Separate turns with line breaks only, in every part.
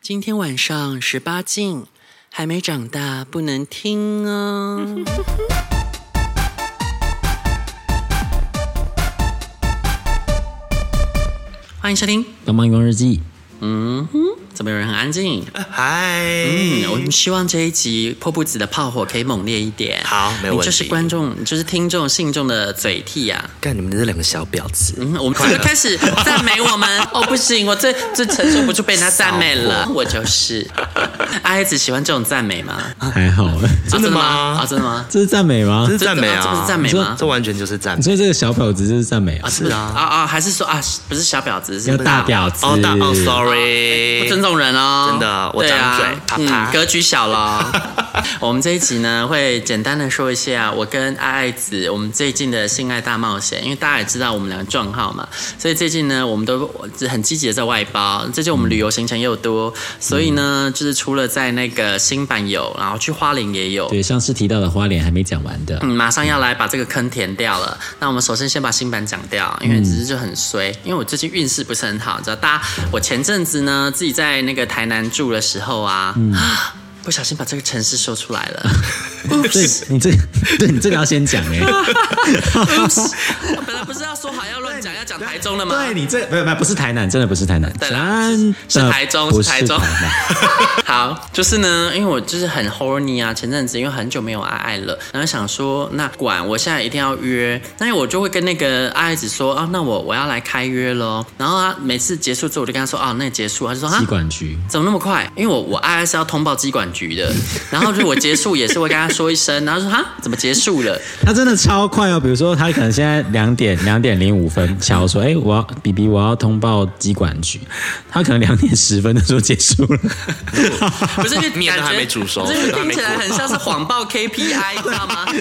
今天晚上十八禁，还没长大不能听哦。 欢迎收听，
帮忙用日记，
嗯哼，怎么有人很安静？
哎嗨，
嗯，我们希望这一集破布子的炮火可以猛烈一点。
好没有
你
问题
就是观众，你就是听众、信众的嘴替呀、啊。
干你们这两个小婊子！
嗯，我们怎么开始赞美我们？哦，不行，我这这承受不住被人家赞美了。我就是，阿黑子喜欢这种赞美吗？ 啊
还好，
真
的吗
啊，真的吗？
这是赞美吗
这？是赞美啊，
这不是赞美吗
这完全就是赞美。
所以这个小婊子就是赞美啊，
是啊，啊啊，还是说啊，不是小婊子，是
要大婊子
哦，大哦
不
，sorry，
尊重人哦，
真的我
对啊
张嘴啪啪
嗯，格局小了。 我们这一集呢，会简单的说一下我跟爱爱子我们最近的性爱大冒险，因为大家也知道我们两个状况嘛，所以最近呢，我们都很积极的在外包，最近我们旅游行程又多，所以呢，就是除了在那个新版有，然后去花莲也有，
对，上次提到的花莲还没讲完的，
嗯，马上要来把这个坑填掉了。那我们首先先把新版讲掉，因为只是就很衰，
嗯
因为我最近运势不是很好，你知道，大家我前阵子呢自己在那个台南住的时候啊，
嗯
啊不小心把这个城市说出来 了。
对，你这对你这个要先讲 哎，
我本来不是要说好要乱讲，要讲台中的吗？
对你这不不不是台南，真的不是台南，
对啦
真
是
的
台中
不
是
是
台中
南
好，就是呢，因为我就是很 horny 啊，前阵子因为很久没有爱爱了，然后想说，那管我现在一定要约，那我就会跟那个爱爱子说，啊，那我我要来开约喽。然后他每次结束之后，我就跟他说，啊，那结束，他就说，啊
机，管局，
怎么那么快？因为我我爱爱是要通报机管局的，然后就我结束也是会跟他说一声，然后说，哈，怎么结束 了？
他真的超快哦，比如说他可能现在两点两点零五分，想要说，哎，我要 B B 我要通报机管局，他可能两点十分的时候结束 了，
不是，因为
面
感
都
觉
还没煮熟
这
面
个
都还
听
没
起来
煮
很像是谎报 KPI，你知道 吗？
啊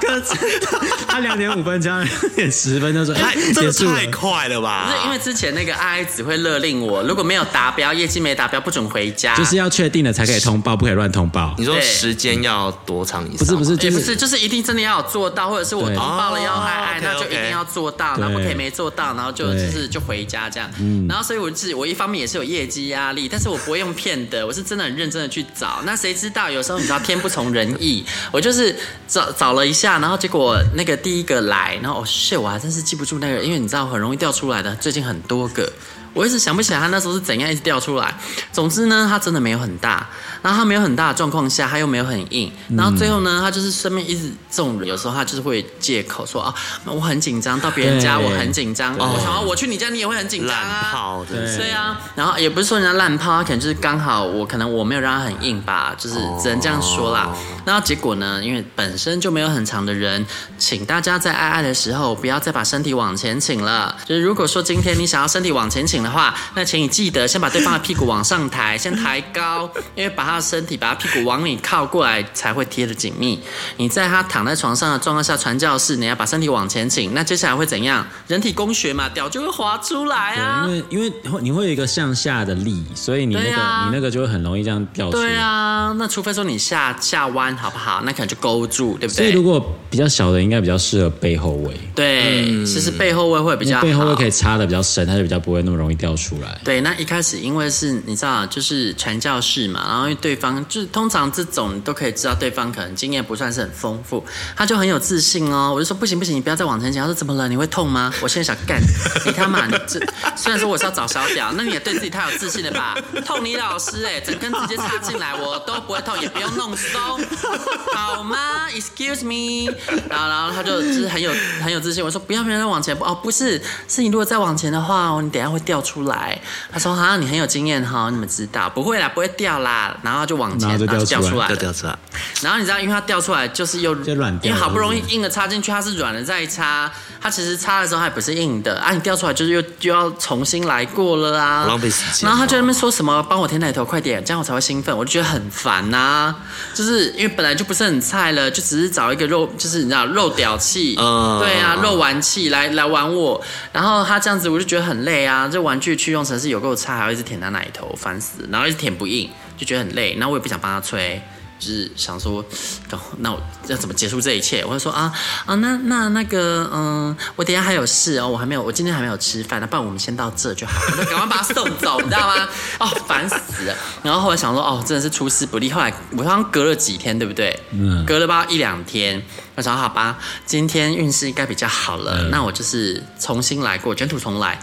可能真的他两点五分加两点十分，他说，哎
太，这
结
个
束了
太快了吧
不？是因为之前那个阿姨只会勒令我，如果没有达标，业绩没达标不准回家。
就是要确定了才可以通报，不可以乱通报
你。说
对
时间要多长以上？
不是不是，，
也
就
不
是
是，就是一定真的要有做到，或者是我通
对
报了要
哦
爱爱，那就
OK，OK
一定要做到，
对
然后不可以没做到，然后就就
对嗯
是就回家这样。然后所以我自己我一方面也是有业绩压力，但是我不会用骗的，我是真的很认真的去找。那谁知道有时候你知道天不从人 意，我就是找找了一下，然后结果那个第一个来，然后哦 shit，我还真是记不住那个，因为你知道很容易掉出来的，最近很多个。我一直想不起来他那时候是怎样一直掉出来。总之呢，他真的没有很大，然后他没有很大的状况下，他又没有很硬，
嗯
然后最后呢，他就是身边一直这种人，有时候他就是会借口说啊，我很紧张，到别人家
对
我很紧张，我想要我去你家你也会很紧张
烂
啊。
炮真的是。
对啊，然后也不是说人家烂炮，他可能就是刚好我可能我没有让他很硬吧，就是只能这样说啦。然后结果呢，因为本身就没有很长的人，请大家在爱爱的时候不要再把身体往前倾了。就是如果说今天你想要身体往前倾的话，那请你记得先把对方的屁股往上抬，先抬高，因为把他的身体把他屁股往你靠过来才会贴得紧密。你在他躺在床上的状况下传教士，你要把身体往前倾，那接下来会怎样？人体工学嘛，屌就会滑出来啊。
对，因为因为会你会有一个向下的力，所以你那
对
个、
啊
你那个就会很容易这样掉出来。
对啊，那除非说你下下弯好不好？那可能就勾住，对不
所
对？
以如果比较小的，应该比较适合背后位，
对，其实背后位会比
因
较
为
好。
嗯背后位可以插的比较深，它就比较不会那么容易掉出来。
对，那一开始因为是你知道，就是传教士嘛，然后因为对方就是通常这种你都可以知道对方可能经验不算是很丰富，他就很有自信哦。我就说不行不行，你不要再往前讲。他说怎么了？你会痛吗？ 我现在想干你他妈！你这虽然说我是要找小屌，那你也对自己太有自信了吧？ 痛你老师哎、整根直接插进来，我都不会痛，也不用弄松， 好吗？Excuse me，然后然后他就就是很有很有自信。我说不要不要再往前，哦不是，是你如果再往前的话，哦你等一下会掉出来。他说啊你很有经验哈，你们知道不会啦，不会掉啦，然后就往前，
然后就
然后就掉
掉出
出来
来
了
就。掉出来，
然后你知道，因为它掉出来就是又
就软
因
掉
为
了
好不容易硬的插进去，它是软的再插，它其实插的时候还不是硬的啊，你掉出来就是又又要重新来过了啊，
好浪费时间
然后他
哦
就在那边说什么帮我舔奶头，快点，这样我才会兴奋，我就觉得很烦呐、就是因为本来就不是很菜了，就只是找一个肉，就是你知道肉屌器，
嗯
对啊，肉玩器来来玩我，然后他这样子我就觉得很累啊，这玩具驱动程式有够差，还要一直舔他奶头，烦死，然后一直舔不硬，就觉得很累，然后我也不想帮他吹。就是想说，搞那我要怎么结束这一切？我就说啊啊，那那那个，嗯，我等一下还有事哦，我还没有，我今天还没有吃饭，那不然我们先到这就好，我就赶快把他送走，你知道吗？ 哦，烦死了。 然后后来想说，哦，真的是出师不利。后来我好像隔了几天，对不对？
嗯
隔了吧一两天。我想好吧，今天运势应该比较好了，
嗯
那我就是重新来过，卷土重来。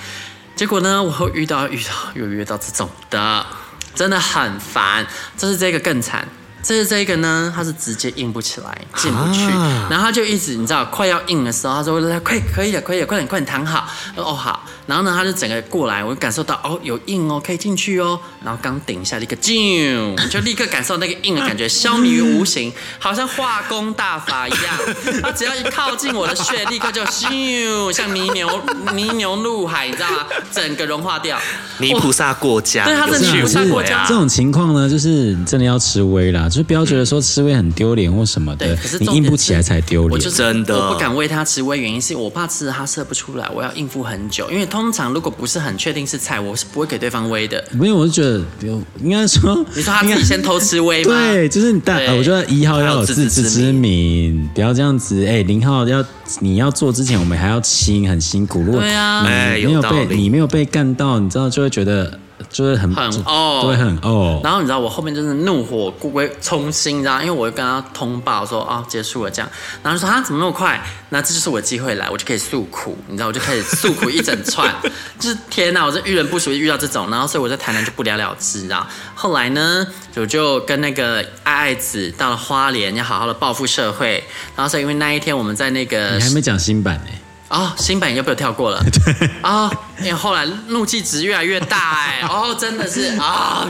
结果呢，我又遇到遇到又遇到这种的，真的很烦。这是这个更惨，这是这个呢，他是直接硬不起来，进不去，
啊
然后他就一直你知道快要硬的时候，他说来快可以了，可以了，快点快点躺好。我说哦好，然后呢他就整个过来，我就感受到哦有硬哦，可以进去哦。然后刚顶一下立刻啾，就立刻感受那个硬的感觉消弭于无形，好像化工大法一样。 他只要一靠近我的血，立刻就咻，像泥牛泥牛入海，你知道吗？整个融化掉。
泥菩萨过家，
对他是
有
泥
去
菩萨
无
过
回
家嗯
啊
这种情况呢，就是你真的要吃威啦，就是不要觉得说吃威很丢脸或什么
对
的
可是，
你
重
硬
点
不起来才丢
我
脸
就。是
真的
我不敢喂它吃微，原因是我怕吃了它射不出来，我要应付很久。因为通常如果不是很确定是菜，我是不会给对方喂的。
没有，我就觉得不用，应该说
你说他自己先偷吃微吗？
对，就是你但
对
呃我觉得一号
还有
要有
自
自
知
知
之
之明，不要这样子。哎，零号要你要做之前，我们还要亲，很辛苦。如果
对啊
你
哎有
没有
道
被
理
你没有被干到，你知道就会觉得就是很
很
就
哦
就会很哦。
然后你知道我后面就是怒火归冲心，你知道，因为我就跟他通报说啊、结束了这样，然后就说啊怎么那么快？那这就是我机会来，我就可以诉苦，你知道，我就开始诉苦一整串， 就是天哪，我这遇人不淑遇到这种，然后所以我在台南就不了了之，你知道。后来呢，我就跟那个爱爱子到了花莲，要好好的报复社会，然后所以因为那一天我们在那个
你还没讲新版哎呢，
哦，新版又被我跳过了。对啊，因为后来怒气值越来越大哎、哦，真的是啊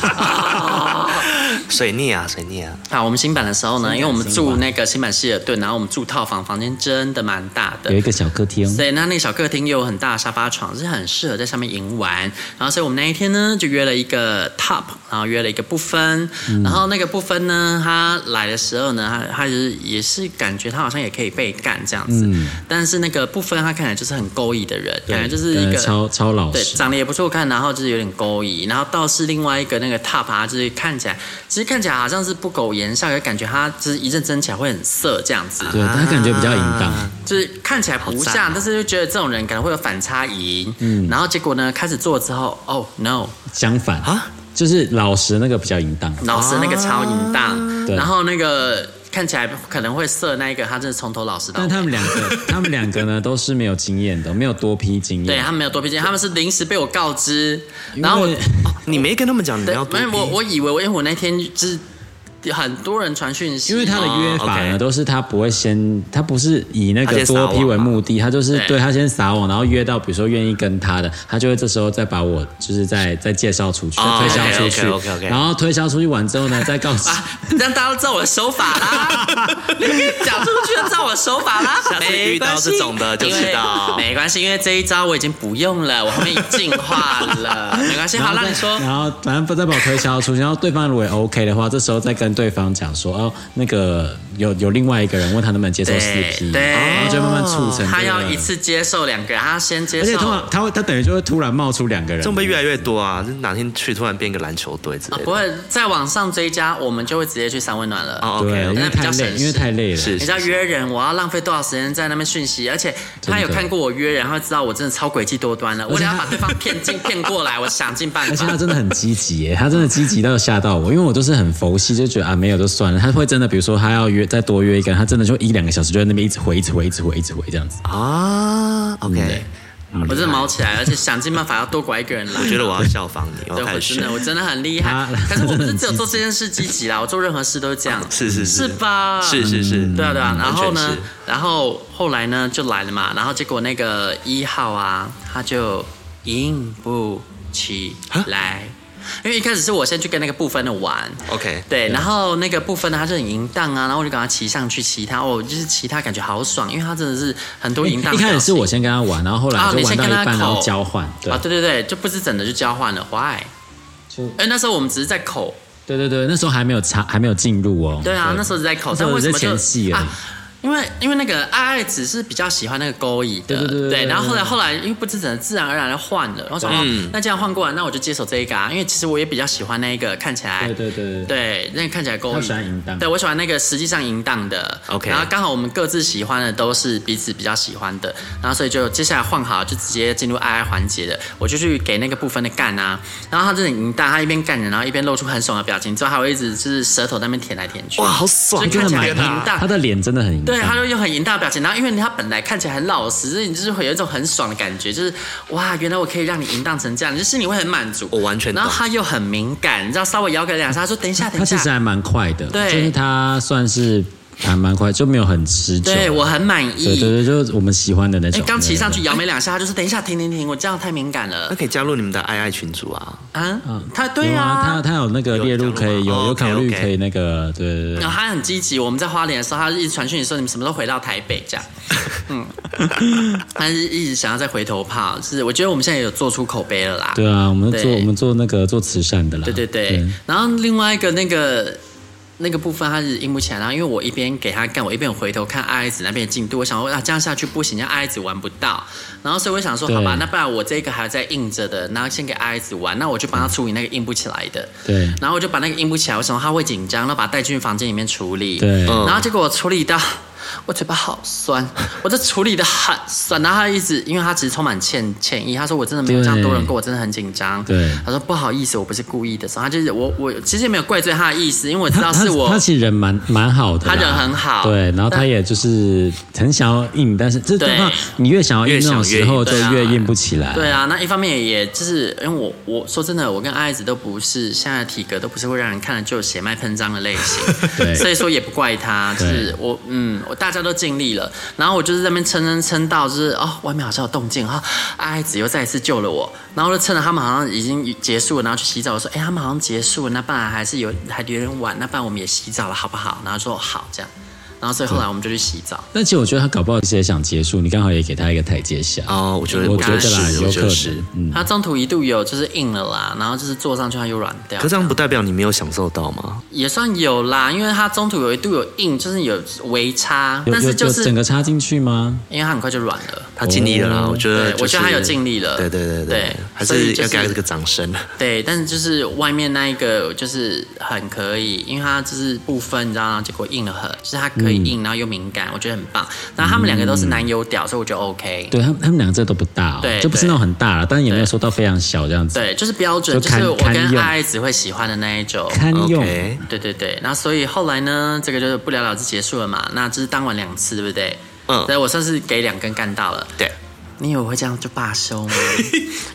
啊！
水逆啊，水逆啊，
好，我们新版的时候呢，因为我们住那个新版希尔顿，然后我们住套房，房间真的蛮大的
有。一个小哦客厅，
对，那那个小客厅又有很大的沙发床，是很适合在上面赢玩。然后，所以我们那一天呢，就约了一个 top，然后约了一个不分。然后那个不分呢，他来的时候呢，他他就是也是感觉他好像也可以被干这样子。
嗯
但是那个不分他看起来就是很勾引的人，
对
感觉哎就是一
感
个
觉超超老
对，
实。
长得也不错看，然后就是有点勾引，然后倒是另外一个那个踏爬，就是看起来，其实看起来好像是不苟言笑，也感觉他就是一认真起来会很色这样子，
对，他感觉比较淫荡，
就是看起来不
好赞
像，
哦
但是就觉得这种人可能会有反差赢。
嗯
然后结果呢，开始做之后，哦 no，
相反
啊，
就是老实那个比较淫荡。
老师那个超淫荡，
啊对
然后那个看起来可能会色那一个，他真的从头老实到
但
尾。
他们两个，他们两个呢都是没有经验的，没有多批经
对
验。
他们没有多偏见，他们是临时被我告知，然后我
因为
你没跟他们讲你
对，
要多
没有我
逼
我以为我因为我那天就是很多人传讯息，
因为他的
啊
约法呢，
哦，OK
都是他不会先，他不是以那
他
个
先撒
多
网
批为目的，他就是
啊对
对他先撒网，然后约到比如说愿意跟他的，他就会这时候再把我就是再再介绍出去，
哦
推销出去
OK，OK，OK，OK
然后推销出去完之后呢，再告 诉。
啊，让大家都知道我的手法 啦，你可以讲出去就知道我的手法啦。
下次遇到这种的就知道
因为没关系，因为这一招我已经不用了，我后面已进化了，没关系。
然
好，
后
让
再
你说，
然后反正再把我推销出去，然后对方如果也 OK 的话，这时候再跟对方讲说，哦，那个有有另外一个人问他能不能接受四
对
P，
对
然后就慢慢促成、这个。
他要一次接受两个，他先接
而且通常
受。
他会，他等于就会突然冒出两个人，
这种被越来越多啊！就哪天去突然变一个篮球队之
啊
类，的。
不会再往上追加，我们就会直接去三温暖了。
哦
对，
OK，
因为
比
太
较
累
省，
因
事
为太累了。
是
你知道约人，我要浪费多少时间在那边讯息？而且他有看过我约人，他会知道我真的超诡计多端了。我想要把对方骗进骗过来，我想尽办
而且他
法。
真的很积极耶，他真的积极到吓到我，因为我都是很佛系，就觉得啊没有就算了。他会真的，比如说他要约再多约一个人，他真的就一两个小时就在那边一直回，一直回，一直回，一直回这样子。
啊，OK，
嗯
嗯
我真的毛起来，而且想尽办法要多拐一个 人来
我。觉得我要效仿你，我
对，
要
我
开啊始
真的，
学。
我真的很厉害 可
他。
是我不是只有做这件事积 极啦，我做任何事都是这样。
是是
是
是
吧？
是是是，嗯
对啊对啊，然后
完
呢
全是，
然后后来呢就来了嘛，然后结果那个一号啊，他就硬不起来，
啊
因为一开始是我先去跟那个部分的玩。
OK，
对，然后那个部分呢，他就很淫荡啊，然后我就跟他骑上去骑他，哦，就是骑他感觉好爽，因为他真的是很多淫荡
一
的表情。
开始是我先跟他玩，然后后来
啊，
就
你先
玩到
跟他
一半，然
口
后交换。对
啊，，对对对，就不是整的就交换了，why？
就
哎，那时候我们只是在口，
对对对，那时候还没有插，还没有进入哦。
对啊，那时候只是在口，
那时
但
候
为什
是
么就
前戏而已
啊。因为因为那个爱爱子是比较喜欢那个勾引的，
对对对对对
然后后来后来因为不知怎么自然而然的换了，然后想、哦
嗯
那既然换过来，那我就接手这一个啊，因为其实我也比较喜欢那一个看起来
对对对对，
对，那个看起来勾
他
引，
喜欢淫荡
对我喜欢那个实际上淫荡的。
OK
然后刚好我们各自喜欢的都是彼此比较喜欢的，然后所以就接下来换好，就直接进入爱爱环节了。我就去给那个部分的干啊，然后他真的很淫荡，他一边干人，然后一边露出很爽的表情，之后还会一直就是舌头在那边舔来舔去。
哇，好爽！
就
真
看
的
起来
蛮
很
淫
淫
啊
荡
他。的脸真的很淫荡，
对，他就用很淫荡的表情，然后因为他本来看起来很老实，所以你就是会有一种很爽的感觉，就是哇，原来我可以让你淫荡成这样，你就心里会很满足。
我完全懂
然后他又很敏感，你知道，稍微摇个两下，他说等一下，等
他
一
其
下。
实还蛮快的，
对
就是他算是还蛮快，就没有很持久。
对我很满
对对
意。
对，就是我们喜欢的那
哎，
种。
刚骑上去摇没两下，他就是等一下，停停停，我这样太敏感了
那可以加入你们的爱爱群组啊。
啊
嗯，！
他对
有啊，
啊，
他他有那个列入可以
有
有有
加入吗
考虑
哦，OK，OK
可以那个，对对对
然。后嗯他很积极。我们在花莲的时候，他就一直传讯你说你们什么时候回到台北 这样。嗯，他是一直想要再回头炮，是我觉得我们现在有做出口碑了啦。
对啊，我们
对
做我们做那个做慈善的啦。
对对对，然后另外一个那个那个部分他是硬不起来，然后因为我一边给他干，我一边回头看爱子那边的进度，我想说啊这样下去不行，让爱子玩不到，然后所以我想说
对
好吧，那不然我这个还在硬着的，然后先给爱子玩，那我就帮他处理那个硬不起来的，
对
然后我就把那个硬不起来，我想说他会紧张，然后把他带进房间里面处理，
对
嗯
然后结果我处理到。我嘴巴好酸， 我这处理的很酸，然后他一直，因为他其实充满歉歉意，他说我真的没有这样多人过，我真的很紧张。
对
他说不好意思，我不是故意的，然后他就是我我其实也没有怪罪他的意思，因为我知道是我
他他其实人蛮蛮好的啦，
他人很好
对，然后他也就是很想要硬，但是这
对
的话，你越想要硬
越
那
想
种
越
时
硬
候，就
对啊
越硬不起来。
对啊，那一方面也就是因为我我说真的，我跟阿爱子都不是现在的体格都不是会让人看了就有血脉喷张的类型，
对
所以说也不怪他，就是我嗯，我大家都尽力了，然后我就是在那边撑撑撑到就是哦，外面好像有动静啊，阿爱子又再一次救了我，然后就趁着他们好像已经结束了，然后去洗澡，我说哎、他们好像结束了，那不然还是有还有点晚，那不然我们也洗澡了好不好？然后说好这样，然后所以后来我们就去洗澡。
但其实我觉得他搞不好其实也想结束，你刚好也给他一个台阶下。
哦，我觉得
我
觉得啦
是，
有
我
可
觉
能
得是。
他中途一度有就是硬了啦，然后就是坐上去他又软掉
可。这样不代表你没有享受到吗？
也算有啦，因为它中途有一度有硬，就是有微差，
有
但是就
有有
是
整个插进去吗？
因为它很快就软了。
他尽力了啦，
哦
我觉得
对
就是。
我觉得他有尽力了
对对对
对
还
所以
是
就
要
是
给他这个掌声。
对，但是就是外面那一个就是很可以，因为它就是部分你知道吗？结果硬了很，就是它可以硬，然后又敏感，我觉得很棒。然后他们两个都是男优屌，所以我觉得 OK。
对他们他们两个这都不大、哦，
对
就不是那种很大了，但也没有说到非常小这样子。
对，就是标准，
就
就是
堪
我跟
堪用
阿爱子会喜欢的那一种。
堪用
OK，
对对对，然后所以后来呢，这个就是不了了之结束了嘛。那就是当晚两次，对不对？
嗯
所以我算是给两根干到了。
对，
你以为我会这样就罢休 吗？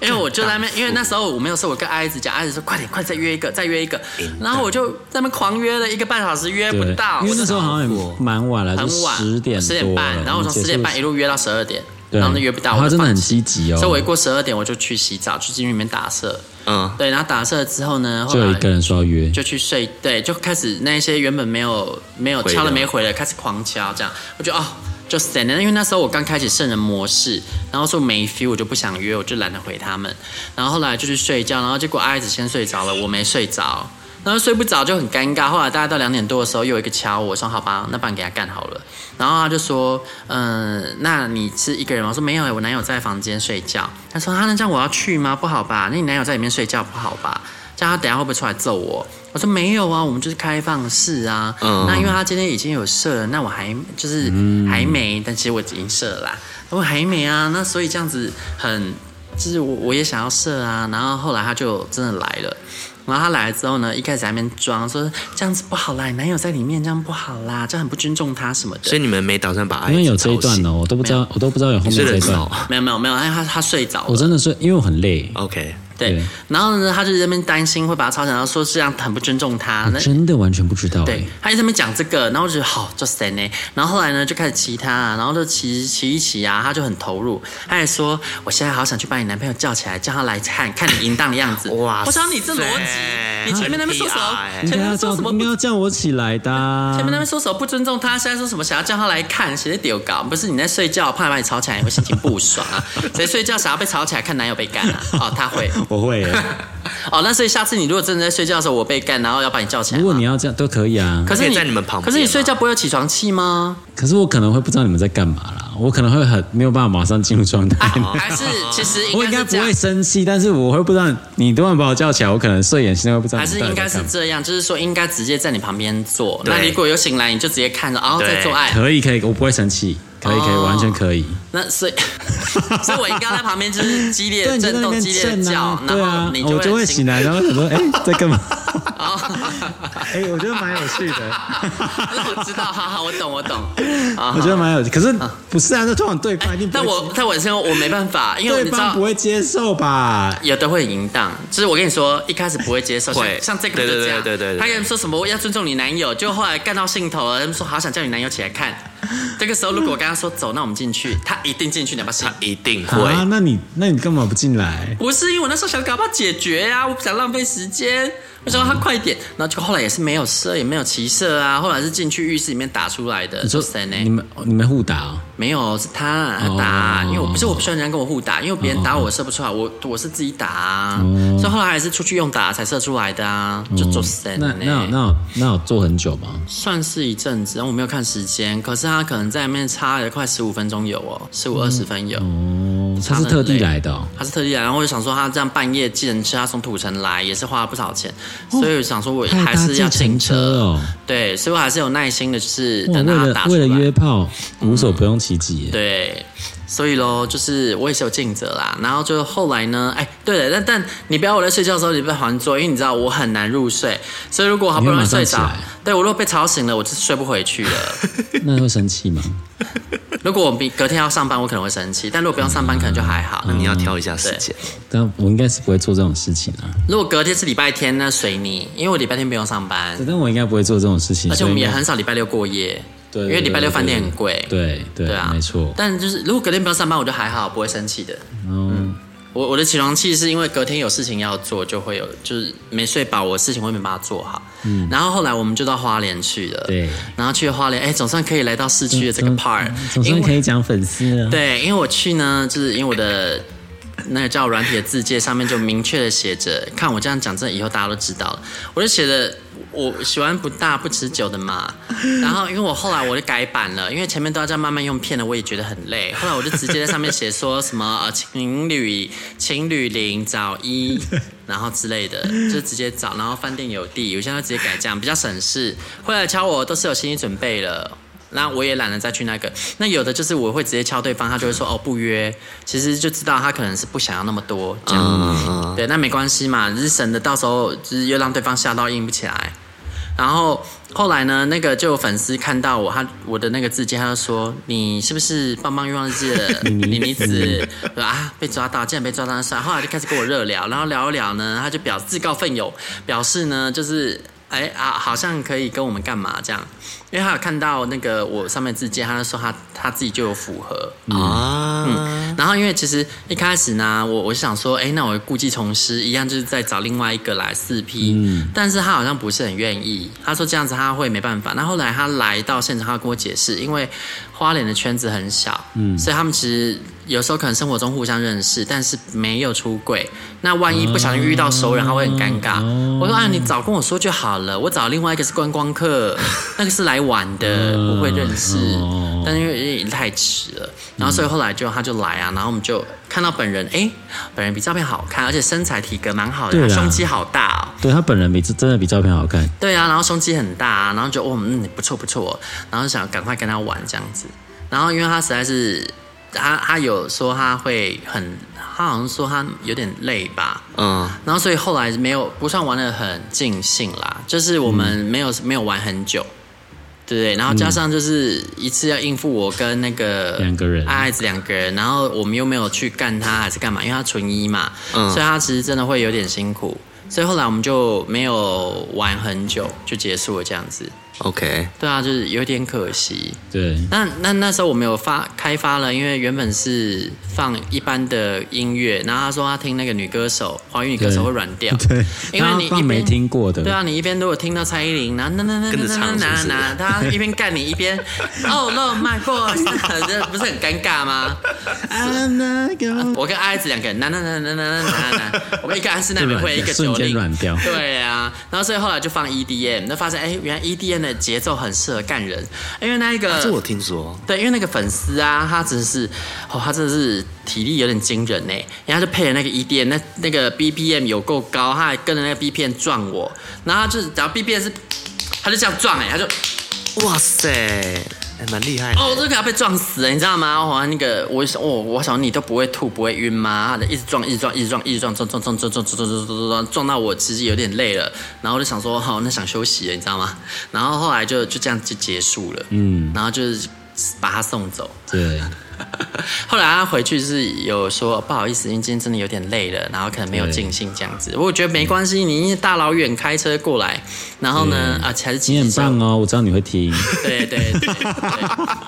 因为我就在那边，因为那时候我没有事，我跟阿姨子讲，阿姨子说快点，快再约一个，再约一个，
哎
然后我就在那边狂约了一个半小时，约不
对
到，
因为那时候好像
我
也蛮晚了，
很
就
晚，
十点
十
多
点半，
了
然后我从
结
十
束
点半一路约到十二点，
对
然后就约不到，我
他
就
真的
放
很
弃
积极哦，
所以我一过十二点我就去洗澡，去进去里面打色，
嗯，
对，然后打色之后呢，后
就有一
来
个人说要约，
就去睡，对，就开始那些原本没有没有
回
敲了
的
没回的，开始狂敲，这样我觉得哦。就 stand，因为那时候我刚开启圣人模式，然后说没 feel，我就不想约，我就懒得回他们。然后后来就去睡觉，然后结果哎阿爱子先睡着了，我没睡着，然后睡不着就很尴尬。后来大概到两点多的时候，又有一个敲我说好吧，那不然给他干好了。然后他就说，嗯、那你是一个人吗？我说没有、啊我男友在房间睡觉。他说啊，那这样我要去吗？不好吧？那你男友在里面睡觉不好吧？这样他等一下会不会出来揍我？我说没有啊，我们就是开放式啊。
嗯
那因为他今天已经有射了，那我还就是
嗯
还没，但其实我已经射了啦，我还没啊。那所以这样子很，就是我我也想要射啊。然后后来他就真的来了。然后他来了之后呢，一开始还在那边装说这样子不好啦，你男友在里面这样不好啦，这样很不尊重他什么的。
所以你们没打算把爱
因为有这
情
一段
吵醒
哦，我都不知道，我都不知道有后面
睡
这
得
一
很
段。
好。
没有没有没有，因为他他睡着了
我。真的是因为我很累，
哦
OK，
对
对，
然后呢，他就在那边担心会把他吵醒，然后说这样很不尊重他。那
真的完全不知道。
对，他一直在那边讲这个，然后我就觉得好就神呢。然后后来呢，就开始骑他啊，然后就骑骑一骑啊，他就很投入。他还说：“我现在好想去把你男朋友叫起来，叫他来看看你淫荡的样子。”
哇
我想你这逻
塞
辑，你前面那边说什么？
很 PR 欸
应
前
该
面
要
说
叫
什么
应
不
该要叫我起来的啊。
前面那边说什么不尊重他，现在说什么想要叫他来看，谁在丢搞？不是你在睡觉，怕把你吵起来，你会 心情不爽啊？谁睡觉想要被吵起来看男友被干啊？哦，他会，
我会耶，欸
哦，那所以下次你如果真的在睡觉的时候我被干，然后要把你叫起来吗，
如果你要这样都可以啊，
可是
可以在你们旁边
可是你
吗
睡觉不会有起床气吗？
可是我可能会不知道你们在干嘛啦，我可能会很没有办法马上进入状态。
还是其实
我
啊应
应
该
该
是这
不
样
会。生气，但是我会不知道你突然把我叫起来，我可能睡眼惺忪会不知道
还
你
是
到底
应
在
该是
干嘛
这样，就是说应该直接在你旁边坐。
对
那你如果有醒来，你就直接看着，哦，
对
在做爱。
可以可以，我不会生气，可以可以，
哦
完全可以。
那所以， 所以我应该在旁边就是激烈的
对，你就在
震
那
动、
边
激烈的
震
叫
啊，， 对
然
啊
后，你
我就会
醒
醒
来。哦
来，然后想说，哎，在干 嘛？ 哎，我觉得蛮有趣的，
我知道，好好，我懂，我 懂。啊
我觉得蛮有趣。可是不是啊？那通常对方一定不
但
会
哎我但我现在我没办法，因为
对
你知
方
道
不。会接受吧？
有的会淫荡，就是我跟你说，一开始不会接受，像
会
像这个就这样，
对对对对对对
他跟人说什么我要尊重你男友，就后来干到兴头了，他们说好想叫你男友起来看。这个时候如果我跟他说走，那我们进去，他一定进去，你要不要 信
他？一定会。
啊，那你那你干嘛不进来？
不是，因为我那时候想赶快解决啊呀、我不想浪费时间，我想让他快点。然后就后来也是没有射，也没有骑射啊，后来是进去浴室里面打出来的。
你说
谁呢？
你们你们互打哦？
没有，是他他打，
哦
因为我不是我不喜欢人家跟我互打，因为别人打我射不出来，我我是自己打、啊，
哦
所以后来还是出去用打才射出来的啊，就做哦谁
嗯那
呢？
那有那有那有做很久吗？
算是一阵子，然后我没有看时间，可是他可能在那边差了快十五分钟有哦，十五二十分有。
哦，他是特地来的哦。
他是特地来，然后我就想说他这样半夜计程车，他从土城来也是花了不少钱，所以我想说我
哦他
还
搭
是要
计程
请
车哦
对，所以我还是有耐心的，就是
哇
等
为
到他
了
打出
为
来。嗯
了约炮，无所不用其极耶。
对，所以咯，就是我也是有尽责啦。然后就后来呢，哎，对了，但但你不要我在睡觉的时候你被还坐，因为你知道我很难入睡，所以如果好不容易睡
你会
着
马上起来，
对我如果被吵醒了，我就睡不回去 了。
那会生气吗？
如果我明隔天要上班，我可能会生气，但如果不用上班，可能就还好。
那
嗯
你要挑一下时间，
但我应该是不会做这种事情啊。
如果隔天是礼拜天，那随你，因为我礼拜天不用上班。
但我应该不会做这种事情，
而且我
所以
们也
应该
很少礼拜六过夜，
对，
因为礼拜六饭店很贵，
对对
对啊，
没错。
但就是如果隔天不要上班，我就还好，不会生气的。
嗯，
我我的起床气是因为隔天有事情要做，就会有就是没睡饱，我事情会没办法做好。嗯，然后后来我们就到花莲去了，
对，
然后去花莲，哎，总算可以来到市区的这个 part，
总
因
算
为
可以讲粉丝啊了。
对，因为我去呢，就是因为我的那个叫软体的字界上面就明确的写着，看我这样讲，真的以后大家都知道了。我就写的我喜欢不大不持久的嘛。然后因为我后来我就改版了，因为前面都要这样慢慢用骗的，我也觉得很累。后来我就直接在上面写说什么呃情侣情侣零找一。然后之类的，就直接找，然后饭店有地，有些都直接改这样，比较省事。会来敲我都是有心理准备了，那我也懒得再去那个。那有的就是我会直接敲对方，他就会说哦不约，其实就知道他可能是不想要那么多这样。对，那没关系嘛，就是省得到时候就是又让对方吓到硬不起来。然后后来呢，那个就有粉丝看到我，他我的那个字迹，他就说你是不是棒棒欲望日记的李妮子？我说啊，被抓到，竟然被抓到，那算了。后来就开始跟我热聊，然后聊一聊呢，他就表自告奋勇，表示呢就是。哎啊，好像可以跟我们干嘛这样？因为他有看到那个我上面字迹，他就说他他自己就有符合，
嗯
啊，
嗯然后因为其实一开始呢，我我想说，哎，那我故技重施，一样就是再找另外一个来四 P，、但
嗯
是他好像不是很愿意，他说这样子他会没办法。那后来他来到现场，他跟我解释，因为花莲的圈子很小，嗯，所以他们其实有时候可能生活中互相认识，但是没有出柜。那万一不小心遇到熟人，他会很尴尬。
哦
我说啊，你早跟我说就好了，我找另外一个是观光 客，那个是来玩的，
嗯
不会认识。
哦
但因为因为太迟了，然后所以后来就他就来啊，然后我们就看到本人，哎、本人比照片好看，而且身材体格蛮好的，
对啦
胸肌好大哦。
对他本人比真的比照片好看。
对啊，然后胸肌很大、啊，然后就哦，嗯，不错不错，然后想赶快跟他玩这样子。然后因为他实在是，他他有说他会很，他好像说他有点累吧，
嗯，
然后所以后来没有不算玩的很尽兴啦，就是我们没有、没有玩很久，对不对？然后加上就是一次要应付我跟那个
两个人
爱爱子两个人，然后我们又没有去干他还是干嘛，因为他纯一嘛，
嗯
所以他其实真的会有点辛苦，所以后来我们就没有玩很久就结束了这样子。
OK，
对啊，就是有点可惜。
对，
那那那时候我们有发开发了，因为原本是放一般的音乐，然后他说他听那个女歌手，华语女歌手会软掉，
对，
因为你
他
一
放
边
没听过的，
对啊，你一边如果听到蔡依林，然后那那那
跟
那
着
那
唱
那
是不是
那，他一边干你一边 Oh no my boy，这不是很尴尬吗？
I'm not gonna-
我跟阿爱子两个人，那那那那那那那，我们一个安室奈美惠，一个
对吧
九
天软掉。
对啊，然后所以后来就放 EDM，那发现哎，原来 EDM 的节奏很适合干人，因为那一个、
这我听说，
对，因为那个粉丝啊，他真的是，哦，他真的是体力有点惊人呢。然后就配了那个 EDM，那那个 BPM 有够高，他还跟着那个 BPM 撞我，然后他就是，然后 BPM 是，他就这样撞哎，他就，
哇塞，还哎蛮厉害的。
哦，我都给他被撞死了，你知道吗？哇，那个我想，哦，我想你都不会吐，不会晕吗？他的一直撞，一直撞，一直撞，一直撞，撞撞撞撞撞撞撞撞撞撞，撞到我其实有点累了，然后我就想说，好，那想休息了，你知道吗？然后后来就就这样就结束了，嗯，然后就是把他送走。
对，
后来他回去是有说哦不好意思，因为今天真的有点累了，然后可能没有尽兴这样子。我觉得没关系，你大老远开车过来，然后呢，啊，还是
嗯你
骑
很
机车
棒哦，我知道你 会听。
对对对对对，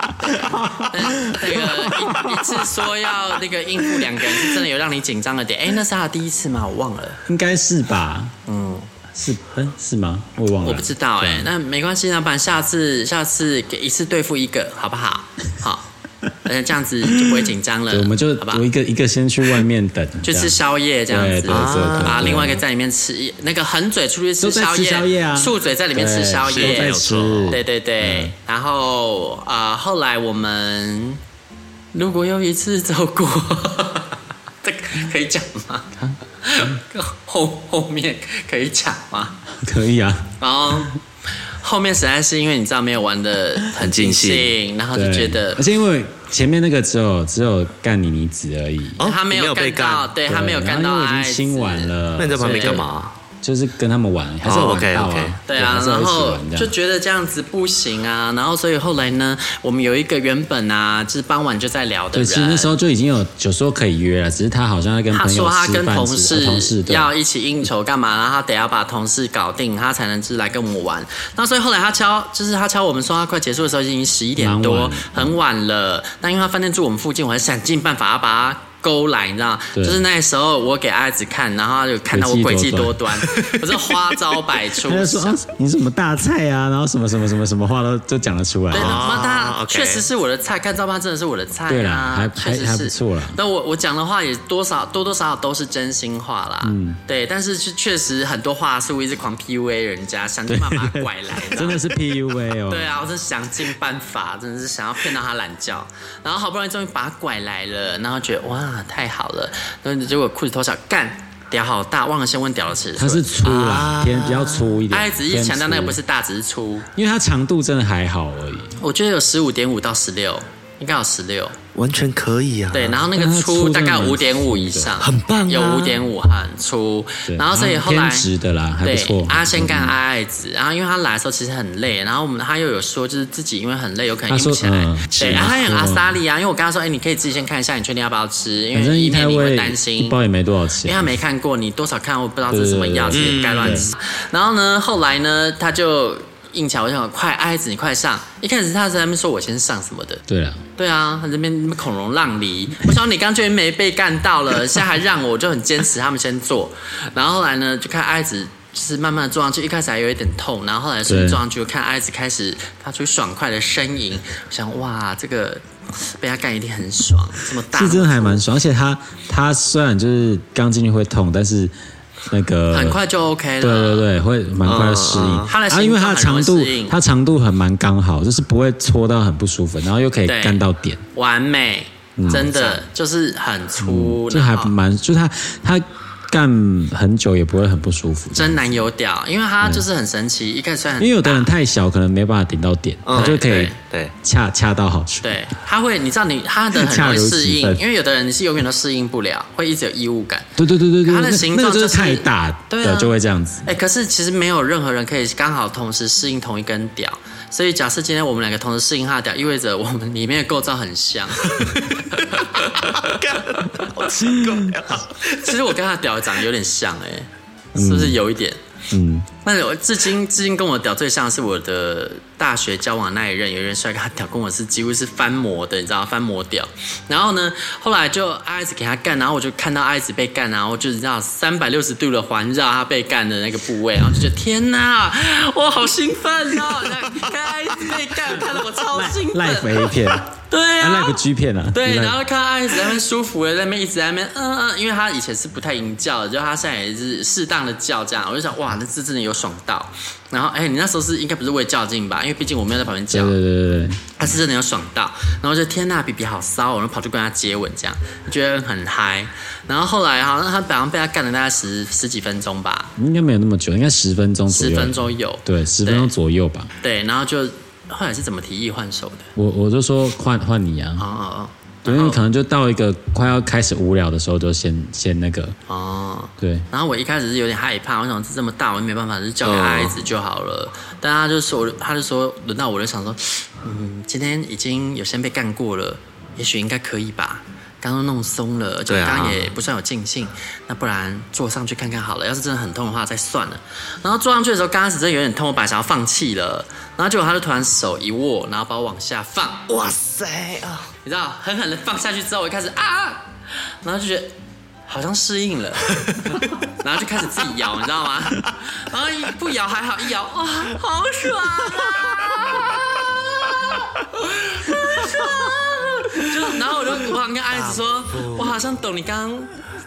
那 那个一一次说要那个应付两个人，是真的有让你紧张了点。哎，那是他的第一次吗？我忘了，
应该是吧？嗯，是，嗯，是吗？我忘了，
我不知道
啊
哎、那没关系，老板，下次下次给一次对付一个，好不好？ 好，那这样子就不会紧张了。
对。我们就
好吧
我一个一个先去外面等，
就
这样
吃宵夜这样
对
子
对对对
啊，
对
另外一个在里面吃那个横嘴出去吃
都在
宵
吃
夜，
宵夜啊
竖嘴在里面吃
对
宵夜，
都在吃嗯
没有错对对对，然后啊、呃后来我们如果有一次走过， 这个可以讲吗？ 后后面可以讲吗？
可以啊。
然后后面实在是因为你知道没有玩的很尽
很
兴，然后哦就
对
觉得
而且因为前面那个只有只有干你妮子而已，
哦
他没
你没有
干
被
到，
干
对哎他没有干到
然后因为我
爱
已经亲完了，
那你在旁边
对
干嘛？哦
就是跟他们玩，还是有玩到啊
OK，OK
对啊
还，是有
然
一起
后
玩这样
就觉得这样子不行啊，然后所以后来呢，我们有一个原本啊，就是傍晚就在聊的
对，
人，
其实那时候就已经有有说可以约了，只是他好像要跟
他
朋友
说他
吃
跟
饭
同
吃呃
事
同事对
要一起应酬干嘛，然后他得要把同事搞定，他才能就是来跟我们玩。那所以后来他敲，就是他敲我们说他快结束的时候已经十一点
蛮
多
晚，
很晚了。那因为他饭店住我们附近，我还想尽办法要把他。勾来，你知道吗？就
对
是那时候我给阿紫看，然后他就看到我诡
诡
计
计
多
多
端，我是花招百出。
他就说啊，你什么大菜啊，然后什么什么什么什么话都都讲得出来哦
对，。那么他
OK
确实是我的菜，看照片真的是我的菜、啊。
啊对啦还
确实
还还
是
不错啦
那我我讲的话也多少多多少少都是真心话啦。嗯，对，但是是确实很多话是我一直狂 PUA 人家，想尽办法把他拐来的。
真的是 PUA 哦，
对啊，我是想尽办法，真的是想要骗到他懒觉，然后好不容易终于把他拐来了，然后觉得哇太好了，然后结果裤子脱下干屌好大，忘了先问屌的尺寸。
他是粗
啊
啦，偏比较粗一点。
他还仔细
偏
强调那个不
粗
是大，只是粗，
因为它长度真的还好而已。
我觉得有十五点五到十六，应该有十六。
完全可以啊。
对，然后那个
但它
粗
粗
大
真的
概
蛮
五点
粗
五
的
以上，
很棒啊
有五点五很粗，
对
然后所以后来
偏直的啦，还不
对
错。啊嗯
阿仙干阿爱子，然后因为他来的时候其实很累，然后我们他又有说就是自己因为很累有可能
他
硬不
说
起来
嗯，
对，
是
然后他也很阿
嗯
萨利啊，因为我跟他说，哎，你可以自己先看一下，你确定要不要吃，因
反正
为以
一
免
胎
你会
位
担心
一包也没多少
因为他
钱，
没看过，你多少看我不知道这是什么药，所
对对对
以该乱吃。然后呢，后来呢，他就硬抢，我想快，爱子你快上。一开始他在那边说我先上什么的，
对了，
对啊，他这边那边孔融让梨，我想你刚居然没被干到了，现在还让我，我就很坚持他们先做。然后后来呢，就看爱子就是慢慢的坐上去，一开始还有一点痛，然后后来顺着
对
坐上去，看爱子开始发出爽快的呻吟，我想哇，这个被他干一定很爽，这么大
是真的还蛮爽。而且它它虽然就是刚进去会痛，但是那个
很快啊就 OK 了。
对对对，会蛮快就适
嗯嗯
应
嗯。
它的形
啊，因为它
状很容
的
易
长度
适应，
它长度很蛮刚好，就是不会搓到很不舒服，然后又可以
对
干到点，
完美，真的就是很粗，
这还
然后
蛮，就是它它干很久也不会很不舒服。
真男友屌，因为它就是很神奇，一开始虽然很
因为有的人
大
太小，可能没办法顶到点，它就
嗯对
可以
对
对，
恰恰到好处。
对，他会，你知道你他的很容易适
恰如
应，
其分
因为有的人你是永远都适应不了，会一直有异物感。
对对对对对，
它的
那
形
那
状
个就
就是
是太大
对啊
的就会这样子。
哎、可是其实没有任何人可以刚好同时适应同一根屌，所以假设今天我们两个同时适应他的屌，意味着我们里面的构造很像。
好奇怪啊。
其实我跟他的屌长得有点像、哎，是不是有一点？
嗯，
那我至今至今跟我屌最像的是我的大学交往那一任，有一任帅哥，他屌跟我是几乎是翻模的，你知道吗翻模屌。然后呢，后来就阿爱子给他干，然后我就看到阿爱子被干，然后我就知道三百六十度的环绕他被干的那个部位，然后就觉得天哪，我好兴奋哦！那看阿爱子被干，看得我超兴奋。
赖肥一片，
对
啊，
啊
那个 G 片啊，
对，
那个
然后看到爱在那边舒服的在那边一直在那边嗯嗯，因为他以前是不太淫叫的，就他现在也是适当的叫这样，我就想哇，那这真的有爽到。然后哎、你那时候是应该不是为较劲吧？因为毕竟我没有在旁边叫
对，对对对对，
他是真的有爽到，然后就天呐，比比好骚哦，然后跑去跟他接吻，这样觉得很嗨。然后后来好像他好像被他干了大概十十几分钟吧，
应该没有那么久，应该十分钟左
十
右，
分钟有。
对，十分钟左右吧。
对，然后就后来是怎么提议换手的？
我我就说换换你啊，
哦哦
对，因为可能就到一个快要开始无聊的时候，就先先那个，
哦哦。
对，
然后我一开始是有点害怕，我想这么大，我也没办法，就
嗯
叫给他一直就好了。但他就说，他就说轮到我就想说，嗯，今天已经有先被干过了，也许应该可以吧。刚刚弄松了，而且
对啊
刚刚也不算有尽兴，那不然坐上去看看好了。要是真的很痛的话，再算了。然后坐上去的时候，刚开始真的有点痛，我本来想要放弃了，然后结果他就突然手一握，然后把我往下放，
哇塞啊！
你知道，狠狠的放下去之后，我一开始啊，然后就觉得好像适应了，然后就开始自己摇，你知道吗？然后一不摇还好，一摇哇，好爽啊！好爽啊就然后我就我好像跟爱子说，我好像懂你刚刚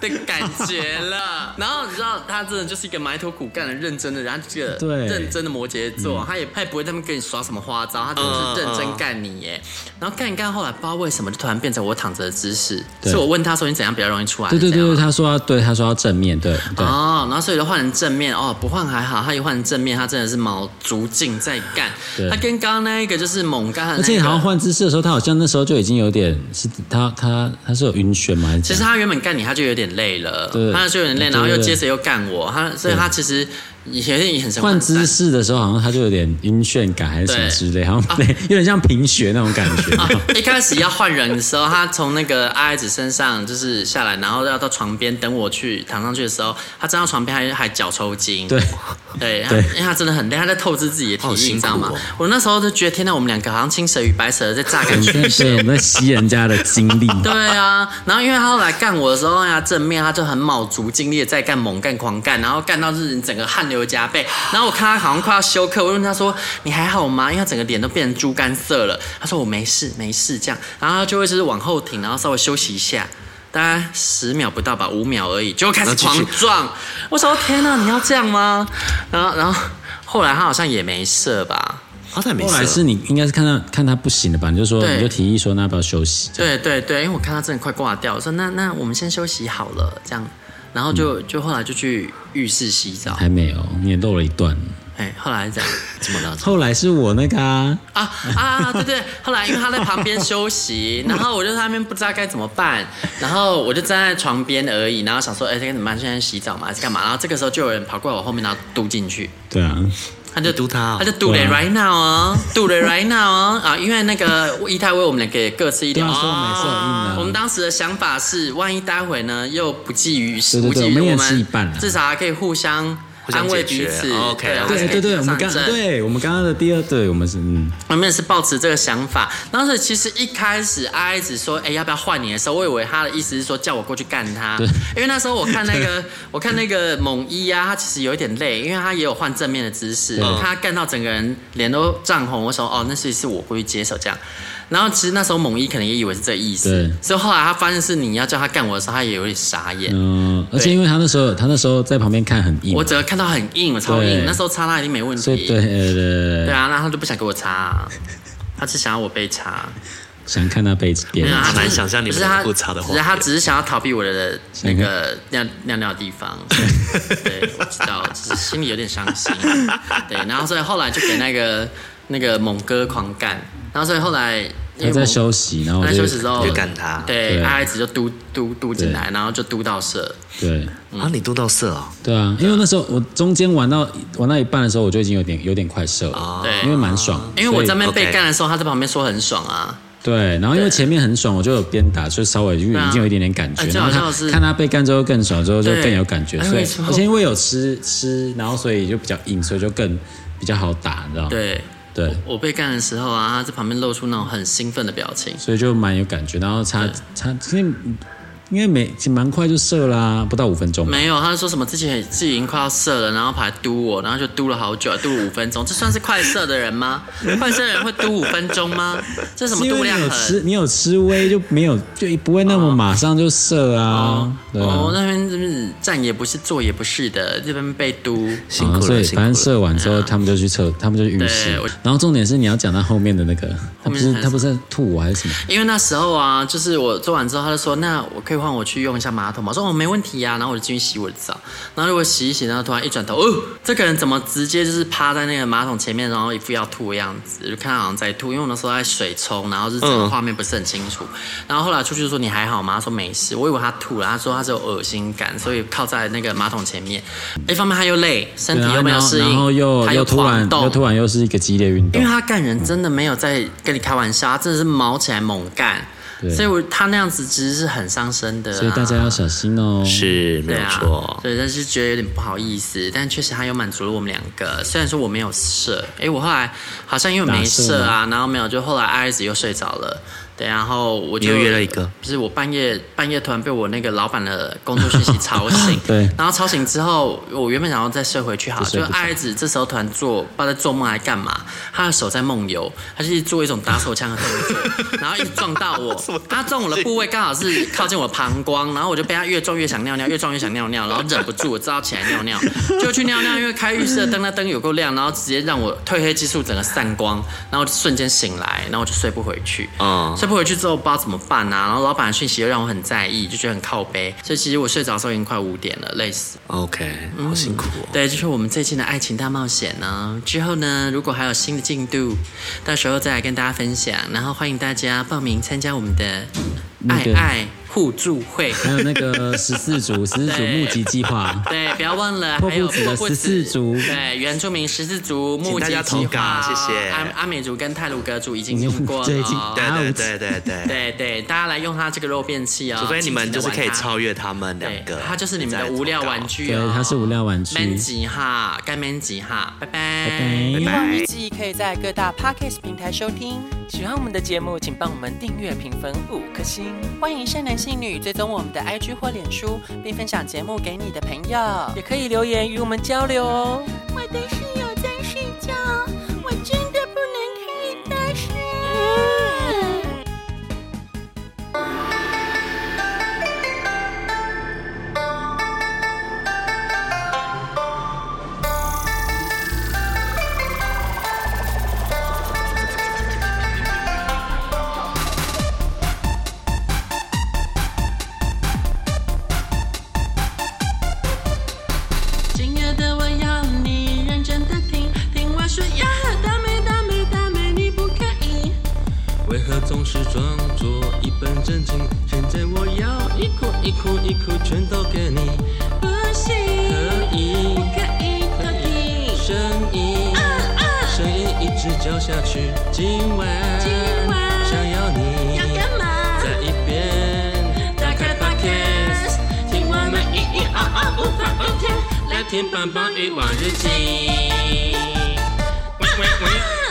的感觉了。然后你知道，他真的就是一个埋头苦干的、认真的，然后这个
对
认真的摩羯座，他也他也不会在那边跟你耍什么花招，他真的是认真干你耶。然后干一干，后来不知道为什么就突然变成我躺着的姿势，
对
是我问他说你怎样比较容易出来？
对对
是这
对
样
对，
吗
他说要对他说要正面对对，
哦，然后所以就换成正面哦，不换还好，他一换成正面，他真的是卯足劲在干
对。
他跟刚刚那一个就是猛干的那
而
个，
且好像换姿势的时候，他好像那时候就已经有点是他他他是有晕眩嘛，还是
其
怎
实
样
他原本干你，他就有点累了
对，
他就有点累，
对
然后又
对对
接着又干我，他所以他其实以前也很
换姿势的时候，好像他就有点晕眩感还是什么之类，好像 有点像贫血那种感觉。
啊，一开始要换人的时候，他从那个阿爱子身上就是下来，然后要到床边等我去躺上去的时候，他站到床边还还脚抽筋。
对，
对，他
对
因为他真的很累，他在透支自己的体
好
力，
辛
你知道
苦
吗
哦？
我那时候就觉得，天哪，我们两个好像青蛇与白蛇在榨干
我
全
们在
身。
我们在吸人家的精力，
对啊，然后因为他后来干我的时候，他正面他就很卯足精力的在干猛干狂干，然后干到就是整个汗流浃背。然后我看他好像快要休克，我问他说：“你还好吗？”因为他整个脸都变成猪肝色了。他说：“我没事，没事。”这样，然后他就会就是往后挺，然后稍微休息一下。大概十秒不到吧，五秒而已，就开始
然后继
狂
续
撞。我想说天哪，你要这样吗？然后，然后后来他好像也没射吧，
好歹哦没
后来
事
是
了，
你应该是看到看他不行了吧，你就说
对
你就提议说那要不要休息？
对对对，因为我看他真的快挂掉，我说那那我们先休息好了，这样，然后就、就后来就去浴室洗澡，
还没有，你也漏了一段。
哎，后来是这样怎么了？
后来是我那个啊，
啊啊，对对，后来因为他在旁边休息，然后我就在那边不知道该怎么办，然后我就站在床边而已，然后想说，哎，这该怎么办？现在洗澡嘛，还是干嘛？然后这个时候就有人跑过来我后面，然后嘟进去，
对啊，
他就
你嘟他哦
他就嘟了
对啊
right now 哦，嘟了 right now 哦啊，因为那个一太为我们两个也各吃一
对
点
啊，
哦。
所以我们也是有印的。
我们当时的想法是，万一待会呢又不济于事，
对对
无济
对
于
我们也
我
是一半啊
至少还可以互相
互相
安慰
解
彼
决
此。
哦，OK，
对啊
OK
对对对，我们刚
上阵
对我们刚刚的第二对，我们是嗯，
我们也是抱持这个想法。当时其实一开始阿爱子说：“哎、要不要换你？”的时候，我以为他的意思是说叫我过去干他，因为那时候我看那个 我看那个猛一啊，他其实有一点累，因为他也有换正面的姿势，他干到整个人脸都涨红。我说：“哦，那是是我过去接手这样。”然后其实那时候猛一可能也以为是这个意思
对，
所以后来他发现是你要叫他干我的时候，他也有点傻眼。
嗯，而且因为他那时候，他那时候在旁边看很硬
我，整个看到很硬，我超硬
对，
那时候擦他一定没问
所以对
题。
对对对
对
对，
啊，那他就不想给我擦啊、他只想要我被擦。
想看他被别
没
人
有，他 就
好
是
难想象你们
不是他
如果查的话
不是他只是想要逃避我的那
嗯
个尿尿尿的地方。 对，我知道，只是心里有点伤 心。对，然后所以后来就给那个那个猛哥狂干，然后所以后来因
他
为
在
猛
休息，然后我
他在
就
休息之后
就干他
对，
对
阿爱子就嘟嘟嘟进来，然后就嘟到射。
对
啊，你嘟到色哦，
对啊，因为那时候我中间玩到玩到一半的时候，我就已经有点有点快射了，
对，
因为蛮爽，
哦因为我在那
所以
边被
哦 OK
干的时候，他在旁边说很爽啊。
对，然后因为前面很爽，我就有鞭打，就稍微就
啊
已经有一点点感觉
而，且
然后
好像
他
是
看他被干之后更爽，之后就
对
更有感觉，
哎
所以
没错
而且因为有吃吃，然后所以就比较硬，所以就更比较好打，你知道吗？
对，
对。
我被干的时候啊，他在旁边露出那种很兴奋的表情。
所以就蛮有感觉。然后他他因为因为没蛮快就射啦、不到五分钟吧。
没有，他说什么自己很自己已经快要射了，然后跑来嘟我，然后就嘟了好久，嘟五分钟，这算是快射的人 吗？快射的人会嘟五分钟吗？这是什
是
么
因
度
为
量
你有吃，
衡？
你有吃威就没有，就不会那么马上就射啊。对啊
哦，那边就是站也不是，坐也不是的，这边被嘟。
辛
啊
苦
所
了，
以
辛苦了。
反正射完之后，他们就去厕，他们就去浴室
啊对我。
然后重点是你要讲到后面的那个，他
后
不是
面还是
他不是吐我还是什么？
因为那时候啊，就是我做完之后，他就说：“那我可以换我去用一下马桶吗？”我说：“哦，没问题呀、然后我就进去洗我的澡，然后如果洗一洗，然后突然一转头，哦，这个人怎么直接就是趴在那个马桶前面，然后一副要吐的样子，就看他好像在吐。因为我那时候在水冲，然后是整个
嗯
画面不是很清楚。然后后来出去就说：“你还好吗？”他说：“没事。”我以为他吐了，他说他只有恶心感，所以靠在那个马桶前面。一方面他又累，身体
对啊
又没有
然后
适应，
然后又
他
又突然
狂动
又突然又是一个激烈运
因
动
为，他干人真的没有在跟你开玩笑，他真的是毛起来猛干，
对
所以我他那样子其实是很伤身的、啊，
所以大家要小 心哦。，
是没
对
有
啊
错，，
对，但是觉得有点不好意思，但确实他有满足了我们两个，虽然说我没有射，哎，我后来好像因为没射啊，然后没有，就后来艾子又睡着了。对，然后我就
你又约了一个，
就是我半夜半夜突然被我那个老板的工作讯息吵 醒
对
然后吵醒之后，我原本想要再睡回去好了，
就睡
就
不着
艾子这时候突然做，不知道在做梦还干嘛，他的手在梦游，他就是做一种打手枪的动 作，然后一直撞到我，他撞我啊的部位刚好是靠近我的膀胱，然后我就被他越撞越想尿尿，越撞越想尿尿，然后忍不住我知道起来尿尿，就去尿尿，因为开浴室的灯那灯有够亮，然后直接让我褪黑激素整个散光，然后我就瞬间醒来，然后我就睡不回去，
嗯
睡不回去之后不知道怎么办啊，然后老板的讯息又让我很在意，就觉得很靠背，所以其实我睡着的时候已经快五点了，累死。
哦，OK，好辛苦哦。
嗯对，就是我们最近的爱情大冒险呢。之后呢，如果还有新的进度，到时候再来跟大家分享。然后欢迎大家报名参加我们的
那
爱
个
爱互助 会。
还有那个十四组十四组
对
募集计划，
对，不要忘了，
破
还有
布子的
破布子
14族
对，原住民十四族，
请
募
大
集
家投
计
稿
划，
谢谢
啊阿阿美族跟泰鲁格族已经
已经
用 过了，
对已经
哦
对
啊
对
我
对对嗯对，
对对，大家来用它这个肉便器哦，
除非你们
尽情地
就是可以
玩它
超越他们两
对
个，，
它就是你们
再
的
来
无聊
投稿
玩具
对
哦，，
它是无料玩
蛮
具。
吉哈，该蛮吉哈，拜拜，
拜拜
欲望日记可以在各大 podcast 平台收听。喜欢我们的节目，请帮我们订阅、评分五颗星。欢迎善男信女追踪我们的 IG 或脸书，并分享节目给你的朋友，也可以留言与我们交流哦。
我的室友在睡觉，我真的不能开大声。今夜的我要你认真的听，听我说呀，大美大美大美，你不可以。
为何总是装作一本正经？现在我要一哭一哭一哭，全都给你。
不行，
可以
不可以，可以。
声音，声音一直叫下去。今晚，
今晚
想要你
要干嘛？
在一边。
打开 podcast，听我们咿咿哦哦无法无天，来
来
听
听
棒
棒
棒
棒
欲
欲
望
望
日
日
记
记。
喂喂喂。